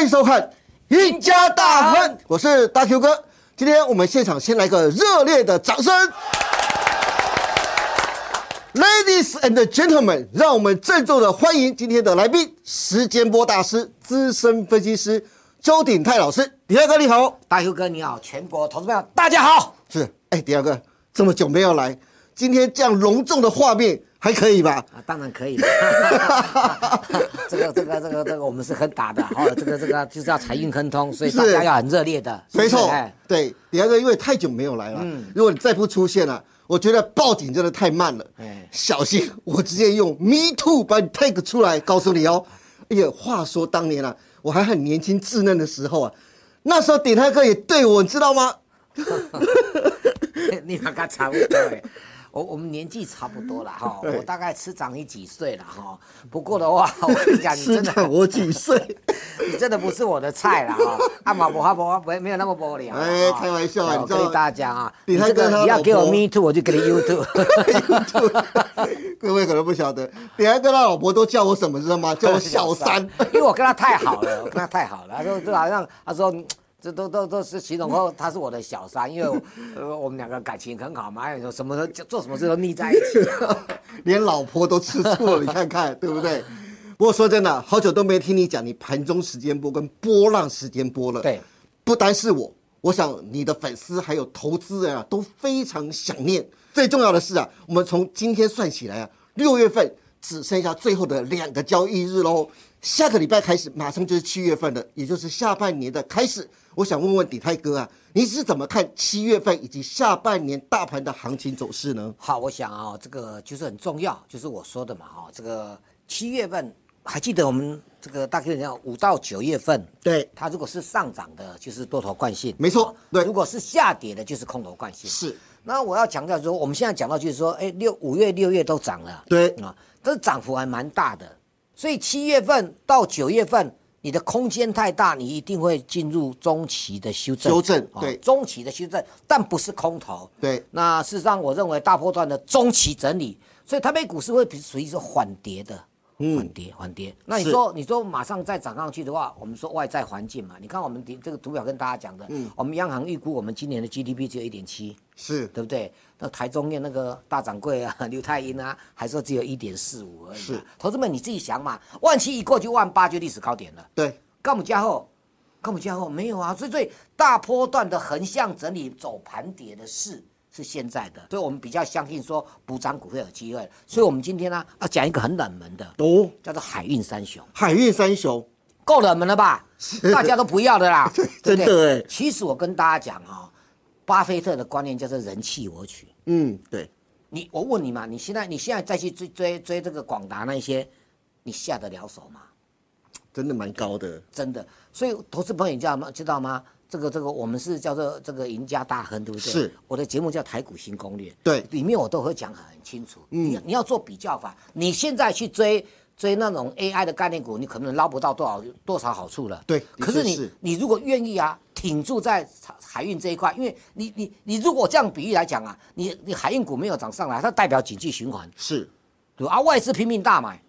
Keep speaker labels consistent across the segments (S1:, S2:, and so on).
S1: 迎收看《赢家大亨》，我是大 Q 哥。今天我们现场先来个热烈的掌声，Ladies and Gentlemen，让我们郑重的欢迎今天的来宾——时间波大师、资深分析师周鼎泰老师。鼎泰哥你好，
S2: 大 Q 哥你好，全国投资朋友大家好。
S1: 是哎，鼎泰哥这么久没有来，今天这样隆重的画面还可以吧？
S2: 啊，当然可以了。 这个这个这个这个我们是很打的，哦，这个这个就是要财运亨通，所以
S1: 是
S2: 大家要很热烈的。是不
S1: 没
S2: 是
S1: 错
S2: 哎，
S1: 对，李大哥，因为太久没有来了，如果你再不出现了、我觉得报警真的太慢了，
S2: 哎
S1: 小心我直接用 me too 把你 take 出来，告诉你哦。哎呀，话说当年啊，我还很年轻稚嫩的时候啊，那时候鼎泰哥也对我，你知道吗？
S2: 哎 你把它差不多哎。我我们年纪差不多了哈，
S1: 对
S2: 我大概吃长你几岁了哈。不过的话， 我跟你讲，你
S1: 是嗯
S2: 真
S1: 的，
S2: 的
S1: 我几 岁？
S2: 你真的不是我的菜了哈。啊，马不哈不不没有那么无聊啊。
S1: 哎
S2: 哈
S1: 开玩笑啊
S2: 我
S1: 你知道
S2: 跟大家讲啊，
S1: 你
S2: 你
S1: 还
S2: 这
S1: 跟他
S2: 个你
S1: 老
S2: 要给我
S1: 婆
S2: me too，我就给你 you too。
S1: 各位可能不晓得，鼎泰哥他老婆都叫我什么，知道吗？叫我 小三。
S2: 因为我跟他太好了，我跟他太好了，他说就好像他说。嗯这都都都是形容后，他是我的小三，因为我呃我们两个感情很好嘛，还有什么时候做什么事都腻在一 起、啊。
S1: 连老婆都吃醋了，你看看对不对？不过说真的，好久都没听你讲你盘中时间波跟波浪时间波了。
S2: 对，
S1: 不单是我，我想你的粉丝还有投资人啊都非常想念。最重要的是啊，我们从今天算起来啊，六月份只剩下最后的两个交易日喽。下个礼拜开始，马上就是七月份了，也就是下半年的开始。我想问问底泰哥啊，你是怎么看七月份以及下半年大盘的行情走势呢？
S2: 好，我想啊、这个就是很重要，就是我说的嘛哈、这个七月份还记得我们这个大概讲五到九月份，
S1: 对，
S2: 它如果是上涨的，就是多头惯性，
S1: 没错
S2: 哦
S1: 对
S2: 如果是下跌的，就是空头惯性。
S1: 是。
S2: 那我要强调说，我们现在讲到就是说，哎，六五月、六月都涨了，
S1: 对
S2: 啊，这涨幅还蛮大的。所以七月份到九月份，你的空间太大，你一定会进入中期的修正。
S1: 修正
S2: 哦
S1: 对
S2: 中期的修正，但不是空头。
S1: 对
S2: 那事实上，我认为大波段的中期整理，所以台北股市会比属于是缓跌的。缓跌，缓跌。那你
S1: 嗯是
S2: 说，你说马上再涨上去的话，我们说外在环境嘛，你看我们的这个图表跟大家讲的，
S1: 嗯
S2: 我们央行预估我们今年的 GDP 只有一点七，
S1: 是
S2: 对不对？那台中院那个大掌柜啊，刘太英啊，还说只有一点四五而已、啊。
S1: 是，
S2: 投资们你自己想嘛，万七一过就万八就历史高点了。
S1: 对，
S2: 干姆加厚，干姆加厚没有啊，所以所以大波段的横向整理走盘跌的是是现在的，所以我们比较相信说补涨股会有机会。所以我们今天呢、要讲一个很冷门的，
S1: 哦，
S2: 叫做海运三雄。
S1: 海运三雄，
S2: 够冷门了吧？大家都不要的啦，对不对
S1: 真的哎
S2: 其实我跟大家讲哦，巴菲特的观念叫做人气我取。
S1: 嗯，对，
S2: 你我问你嘛，你现在你现在再去追追追这个广达那一些，你下得了手吗？
S1: 真的蛮高的，
S2: 真的，所以投资朋友你知道吗？知道吗？这个这个，我们是叫做这个赢家大亨，对不对？
S1: 是。
S2: 我的节目叫台股新攻略，
S1: 对
S2: 里面我都会讲很清楚。嗯，你你要做比较法，你现在去追追那种 AI 的概念股，你可能捞不到多少多少好处了。
S1: 对的
S2: 可是
S1: 确
S2: 你
S1: 是
S2: 你如果愿意啊，挺住在海海运这一块，因为你你你如果这样比喻来讲啊，你你海运股没有涨上来，它代表景气循环，
S1: 是，
S2: 对吧？啊，外资拼命大买，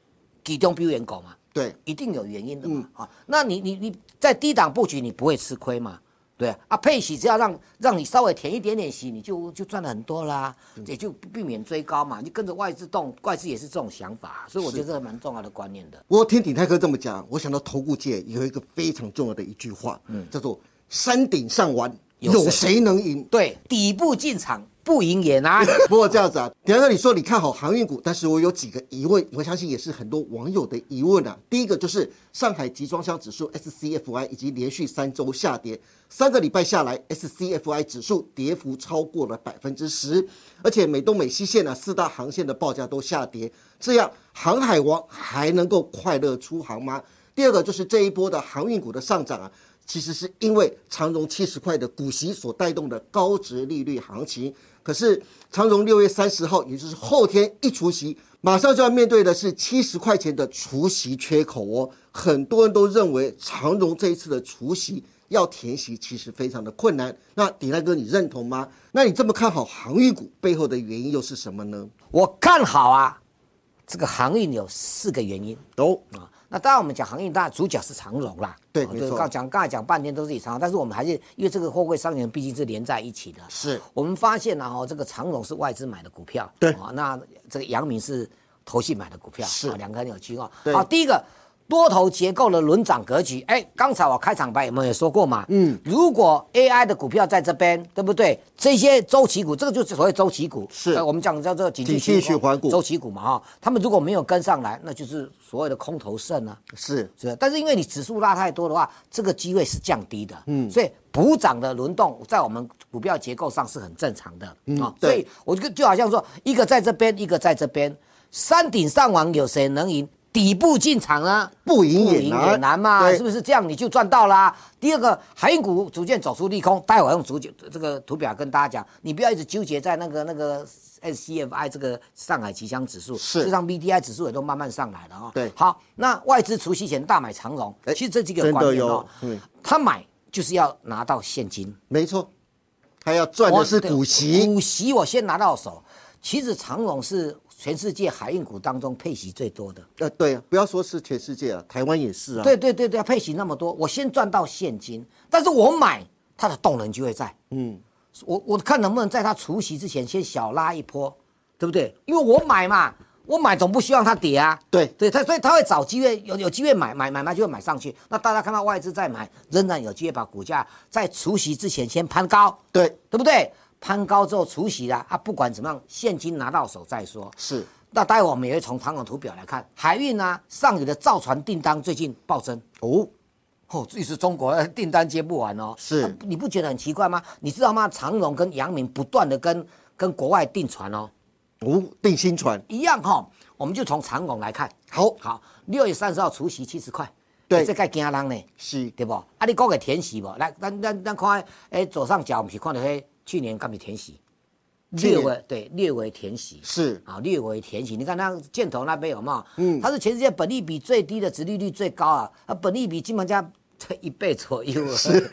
S2: 其中表演狗嘛。
S1: 对，
S2: 一定有原因的
S1: 嗯
S2: 嘛。啊，那你你你在低档布局，你不会吃亏嘛？对啊啊，配息只要让让你稍微填一点点息，你就就赚了很多啦，
S1: 嗯
S2: 也就避免追高嘛。你跟着外资动，外资也是这种想法，啊所以我觉得这个蛮重要的观念的。
S1: 我听鼎泰哥这么讲，我想到投顾界有一个非常重要的一句话，嗯，叫做“山顶上玩，
S2: 有
S1: 有
S2: 谁
S1: 谁能赢
S2: 对，底部进场不赢也难。”。
S1: 不过这样子啊，鼎泰哥，你说你看好航运股，但是我有几个疑问，我相信也是很多网友的疑问啊。第一个就是上海集装箱指数 SCFI 已经连续三周下跌，三个礼拜下来，SCFI 指数跌幅超过了百分之十，而且美东美西线呢、啊四大航线的报价都下跌，这样航海王还能够快乐出航吗？第二个就是这一波的航运股的上涨啊，其实是因为长荣七十块的股息所带动的高值利率行情。可是长荣六月三十号，也就是后天一除息，马上就要面对的是七十块钱的除息缺口哦。很多人都认为长荣这一次的除息要填息，其实非常的困难。那迪赖哥，你认同吗？那你这么看好航运股背后的原因又是什么呢？
S2: 我看好啊，这个航运有四个原因
S1: 哦，
S2: 啊。那当然我们讲航运，当然主角是长荣啦，
S1: 对
S2: 哦
S1: 没
S2: 就是
S1: 错
S2: 刚讲刚才讲半天都是以长荣，但是我们还是因为这个货柜三元毕竟是连在一起的，
S1: 是
S2: 我们发现了、啊、哦，这个长荣是外资买的股票，
S1: 对
S2: 啊、那这个阳明是投信买的股票，
S1: 是
S2: 啊两个很有趣哦。
S1: 对
S2: 好，第一个多头结构的轮涨格局，哎，刚才我开场白有没有说过嘛？嗯，如果 AI 的股票在这边，对不对？这些周期股，这个就是所谓周期股，
S1: 是
S2: 呃我们讲叫做景
S1: 景气循环股
S2: 周期股嘛哈、他们如果没有跟上来，那就是所谓的空头胜啊。
S1: 是
S2: 是的，但是因为你指数拉太多的话，这个机会是降低的，嗯，所以补涨的轮动在我们股票结构上是很正常的啊、所
S1: 对
S2: 以我就就好像说，一个在这边，一个在这边，山顶上网有谁能赢？底部进场啊呢？
S1: 不赢也难
S2: 也难嘛，
S1: 对
S2: 是不是这样你就赚到啦、第二个，海运股逐渐走出利空，待会儿用图这个图表跟大家讲，你不要一直纠结在那个那个 SCFI 这个上海吉祥指数，
S1: 是
S2: 就像 VDI 指数也都慢慢上来了啊、
S1: 对
S2: 好，那外资除夕前大买长荣，
S1: 哎
S2: 其实这几个
S1: 真的
S2: 观点
S1: 有
S2: 哦
S1: 嗯，
S2: 他买就是要拿到现金，
S1: 没错，他要赚的是
S2: 对嗯
S1: 股息，
S2: 股息我先拿到手。其实长荣是全世界海运股当中配息最多的。
S1: 呃，对，不要说是全世界啊，台湾也是啊，
S2: 对对对对，配息那么多，我先赚到现金，但是我买它的动能就会在。嗯，我我看能不能在它除息之前先小拉一波，对不对？因为我买嘛，我买总不希望它跌啊。
S1: 对
S2: 对，它所以它会找机会，有有机会买买买卖就会买上去。那大家看到外资在买，仍然有机会把股价在除息之前先攀高。
S1: 对，
S2: 对不对？攀高之后除息啦，啊，不管怎么样，现金拿到手再说。
S1: 是，
S2: 那待会我们也会从长网图表来看，海运啊，上游的造船订单最近暴增。
S1: 哦，
S2: 哦，这是中国呃订单接不完哦。
S1: 是
S2: 啊你不觉得很奇怪吗？你知道吗？长荣跟阳明不断的跟跟国外订船哦，
S1: 哦，定心船，
S2: 一样哈、哦。我们就从长荣来看，
S1: 好，
S2: 好，六月三十号除息七十块，
S1: 对
S2: 这该惊人呢。
S1: 是
S2: 对不？啊，你讲个填息无？来，咱咱咱看，诶、左上角毋是看到迄去年敢是填息，
S1: 去年
S2: 略微对略微填息
S1: 是
S2: 啊，略微填息。你看那箭头那边有没有？嗯，它是全世界本利比最低的，殖利率最高啊，啊，本利比基本上。一倍左右，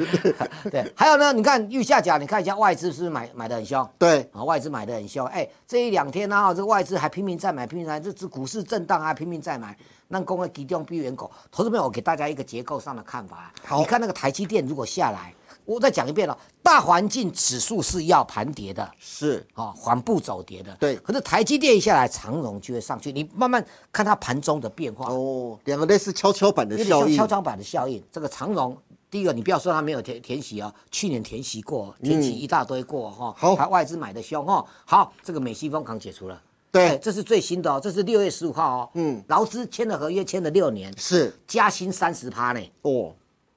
S2: 对，还有呢，你看右下角，你看一下外资是不是买买的很凶？
S1: 对，
S2: 啊，外资买的很凶，哎、这一两天呢、啊，这个外资还拼命在买，拼命在买，这只股市震荡啊还拼命在买，那公开低调逼远狗。投资朋友，我给大家一个结构上的看法啊。
S1: 好
S2: 你看那个台积电如果下来，我再讲一遍了，哦大环境指数是要盘跌的。
S1: 是，
S2: 啊，缓步走跌的，
S1: 对
S2: 可是台积电一下来，长荣就会上去。你慢慢看它盘中的变化，
S1: 哦，两个类似跷跷板的
S2: 有点
S1: 效
S2: 像
S1: 应
S2: 跷，跷板的效应。这个长荣，第一个你不要说它没有填填息啊，去年填息过，填息一大堆过哈、
S1: 嗯好
S2: 它外资买的凶哈、好，这个美西风港解除了，
S1: 对
S2: 哎这是最新的哦，这是六月十五号哦，嗯，劳资签了合约，签了六年，
S1: 是，
S2: 加薪三十趴呢。
S1: 哦，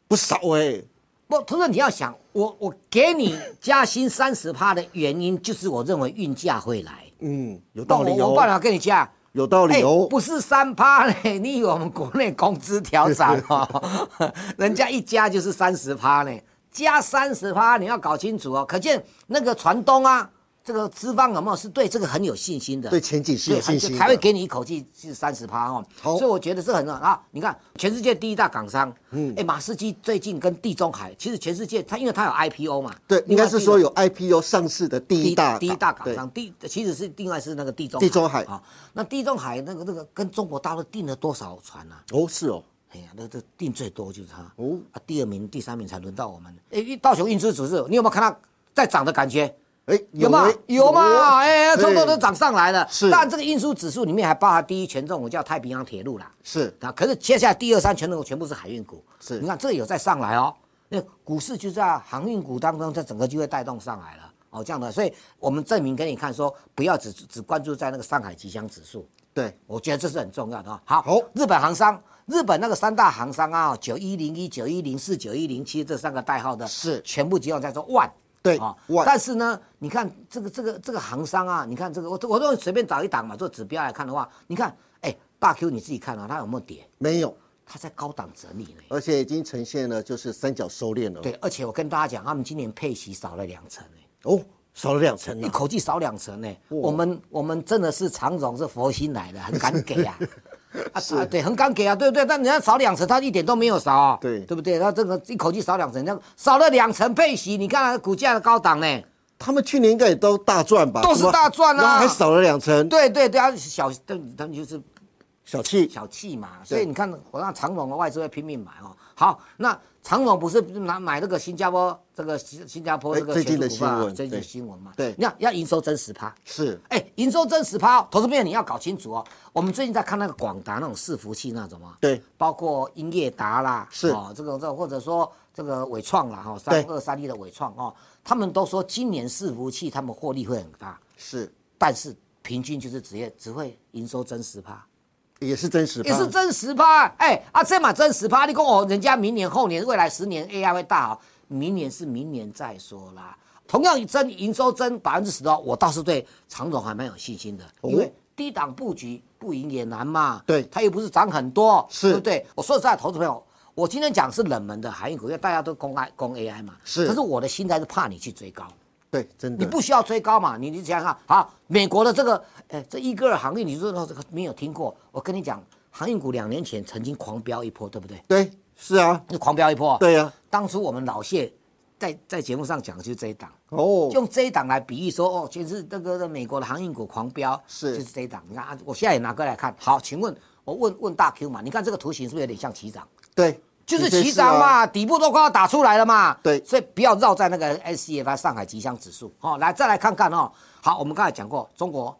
S1: 不少哎，
S2: 不，同志，你要想，我我给你加薪三十趴的原因，就是我认为运价会来，
S1: 嗯，有
S2: 那
S1: 道
S2: 我
S1: 理
S2: 我办
S1: 哦，
S2: 法跟你加。
S1: 有道理
S2: 哎
S1: 哦，
S2: 不是三趴嘞，你以为我们国内工资 调涨哦？ 人家一加就是三十趴嘞，加三十趴，你要搞清楚哦。可见那个船东啊，这个资方有没有是对这个很有信心的？
S1: 对前景是
S2: 对
S1: 有信心的
S2: 还会给你一口气是三十趴哦。
S1: 好
S2: 所以我觉得这很好啊。你看，全世界第一大港商，嗯，哎，马士基最近跟地中海，其实全世界它因为它有 IPO 嘛，
S1: 对，应
S2: 另外
S1: 该是
S2: 地
S1: 说
S2: 中
S1: 有 IPO 上市的第
S2: 第
S1: 一大
S2: 第一大港
S1: 对
S2: 商，第其实是另外是那个地中
S1: 地中海
S2: 啊。那地中海那个那个跟中国大陆订了多少船啊？
S1: 哦，是哦，
S2: 哎呀，那这订最多就是它
S1: 哦
S2: 哦啊，第二名、第三名才轮到我们。哎，运道琼运输指数，你有没有看到在涨的感觉？
S1: 哎，
S2: 有吗
S1: 哎？
S2: 有嘛？哎，通通都
S1: 哎
S2: 涨上来了。
S1: 是
S2: 但这个运输指数里面还包含第一权重股叫太平洋铁路啦。
S1: 是
S2: 啊，可是接下来第二三权重股全部是海运股。
S1: 是
S2: 你看这个有在上来哦。那股市就在航运股当中，这整个就会带动上来了。哦，这样的，所以我们证明给你看说，不要只只关注在那个上海吉祥指数。
S1: 对，
S2: 我觉得这是很重要的啊。好，
S1: 好
S2: 日本航商，日本那个三大航商啊，九一零一、九一零四、九一零七这三个代号的，
S1: 是
S2: 全部集中在做万。哦
S1: 对万
S2: 但是呢，你看这个这个这个航商啊，你看这个我我都随便找一档嘛，做指标来看的话，你看，哎，大 Q 你自己看啊，它有没有跌？
S1: 没有，
S2: 它在高档整理呢。
S1: 而且已经呈现了就是三角收敛了，
S2: 对，而且我跟大家讲，他们今年配息少了两成呢。
S1: 哦，少了两层
S2: 一
S1: 啊，
S2: 口气少两成呢、我们我们真的是常总是佛心来的，很敢给 啊。啊，啊对，很敢给啊，对不对？但人家少两成，他一点都没有少、啊，
S1: 对
S2: 对不对？他这个一口气少两成，那少了两成配息，你看啊股价的高档呢、
S1: 他们去年应该也都大赚吧，
S2: 都是大赚啊
S1: 然后还少了两层，
S2: 对对对，啊，小他们他们就是
S1: 小气，
S2: 小气嘛，所以你看，我让长荣的外资会拼命买哦。好，那长荣不是拿买那个新加坡这个新新加坡
S1: 哎
S2: 这个
S1: 最近
S2: 全
S1: 的
S2: 球股票啊
S1: 新闻
S2: 最近
S1: 对
S2: 新闻嘛？
S1: 对
S2: 你看要营收增十趴，
S1: 是
S2: 哎，营收增十趴、哦，投资朋友你要搞清楚哦。我们最近在看那个广达那种伺服器那种啊，
S1: 对，
S2: 包括英业达啦，
S1: 是
S2: 哦，这个这个或者说这个伟创啦，哈、哦，
S1: 对
S2: 三二三一的伟创哦，他们都说今年伺服器他们获利会很大，
S1: 是，
S2: 但是平均就是只业只会营收增十趴。
S1: 也是真实吧，
S2: 也是真实趴，哎、啊，这嘛真实趴，你跟我人家明年、后年、未来十年 AI 会大好，明年是明年再说啦。同样增营收增百分之十的话，我倒是对常总还蛮有信心的，
S1: 哦
S2: 因为低档布局不赢也难嘛。
S1: 对
S2: 它又不是涨很多，
S1: 是
S2: 对不对？我说实在，投资朋友，我今天讲是冷门的航运股，因为大家都攻 AI 攻 AI 嘛。
S1: 是
S2: 可是我的心态是怕你去追高。
S1: 对，真
S2: 你
S1: 的
S2: 不需要追高嘛，你你想想看，好，美国的这个，哎，这伊戈尔航运，你说这个没有听过？我跟你讲，航运股两年前曾经狂飙一波，对不对？
S1: 对，是啊，
S2: 就狂飙一波。
S1: 对呀，
S2: 当初我们老谢在在节目上讲的就是这一档，
S1: 哦，
S2: 用这一档来比喻说，哦，全是那个美国的航运股狂飙，
S1: 是
S2: 就是这一档。你看，啊我现在也拿过来看。好，请问我问问大 Q 嘛，你看这个图形是不是有点像齐涨？
S1: 对，
S2: 就是
S1: 的确
S2: 齐涨
S1: 啊，
S2: 嘛，底部都快要打出来了嘛。
S1: 对
S2: 所以不要绕在那个 SCFI 上海吉祥指数哦。来，再来看看哦。好，我们刚才讲过中国。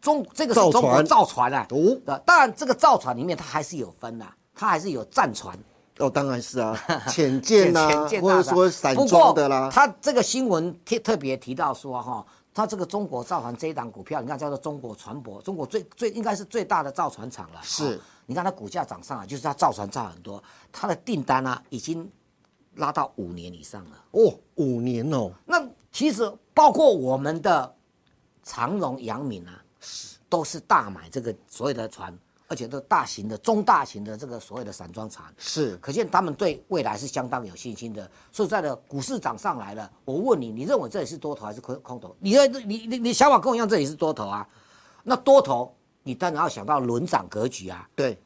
S2: 中这个是
S1: 造
S2: 中国
S1: 船
S2: 造船啊，
S1: 哦
S2: 呃当然这个造船里面它还是有分的、它还是有战船，
S1: 哦，当然是 啊，浅见呐
S2: 浅，见
S1: 或
S2: 大
S1: 者
S2: 船
S1: 说散
S2: 不
S1: 装
S2: 过
S1: 的啦，
S2: 他这个新闻特特别提到说哈，他这个中国造船这一档股票，你看叫做中国船舶，中国最最应该是最大的造船厂了。
S1: 是
S2: 哦你看它股价涨上来，就是它造船造很多，它的订单啊已经拉到五年以上了。
S1: 哦，五年哦，
S2: 那其实包括我们的长荣、阳明啊，都是大买这个所有的船，而且都是大型的、中大型的这个所谓的散装船。
S1: 是
S2: 可见他们对未来是相当有信心的。说实在的，股市涨上来了，我问你，你认为这里是多头还是空空头？你认你你你想法跟我一样，这里是多头啊？那多头，你当然要想到轮涨格局啊。
S1: 对，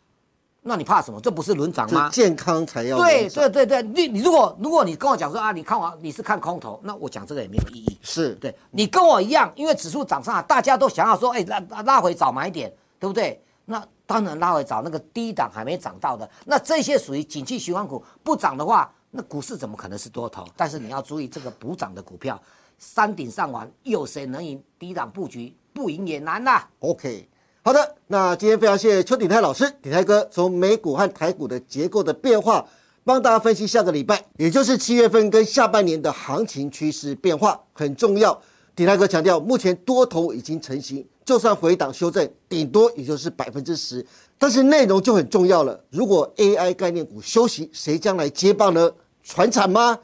S2: 那你怕什么？这不是轮涨
S1: 是
S2: 吗？
S1: 健康才要
S2: 对
S1: 人造
S2: 对对对，你你如果如果你跟我讲说啊，你看我你是看空头，那我讲这个也没有意义。
S1: 是，
S2: 对你跟我一样，因为指数涨上来，大家都想要说，哎、拉拉拉回早买点，对不对？那当然拉回早，那个低档还没涨到的，那这些属于景气循环股，不涨的话，那股市怎么可能是多头？但是你要注意这个补涨的股票，山顶上完，有谁能赢？低档布局不赢也难呐、
S1: OK，好的，那今天非常谢谢邱鼎泰老师，鼎泰哥从美股和台股的结构的变化，帮大家分析下个礼拜，也就是七月份跟下半年的行情趋势变化很重要。鼎泰哥强调，目前多头已经成型，就算回档修正，顶多也就是百分之十，但是内容就很重要了。如果 AI 概念股休息，谁将来接棒呢？船产吗？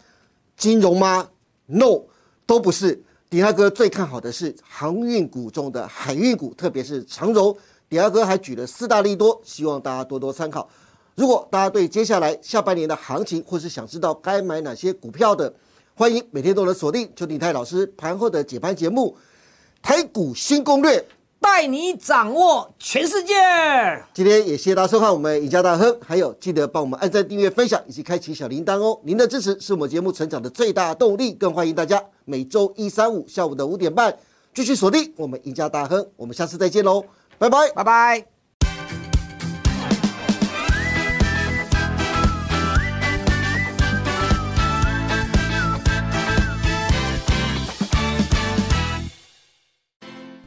S1: 金融吗？No，都不是。迪亚哥最看好的是航运股中的海运股，特别是长荣。迪亚哥还举了四大利多，希望大家多多参考。如果大家对接下来下半年的行情，或是想知道该买哪些股票的，欢迎每天都能锁定邱鼎泰老师盘后的解盘节目《台股新攻略》。
S2: 带你掌握全世界。
S1: 今天也谢谢大家收看我们赢家大亨，还有记得帮我们按赞、订阅、分享以及开启小铃铛哦。您的支持是我们节目成长的最大动力，更欢迎大家每周一、三、五下午的五点半继续锁定我们赢家大亨。我们下次再见喽，拜拜。
S2: 拜拜。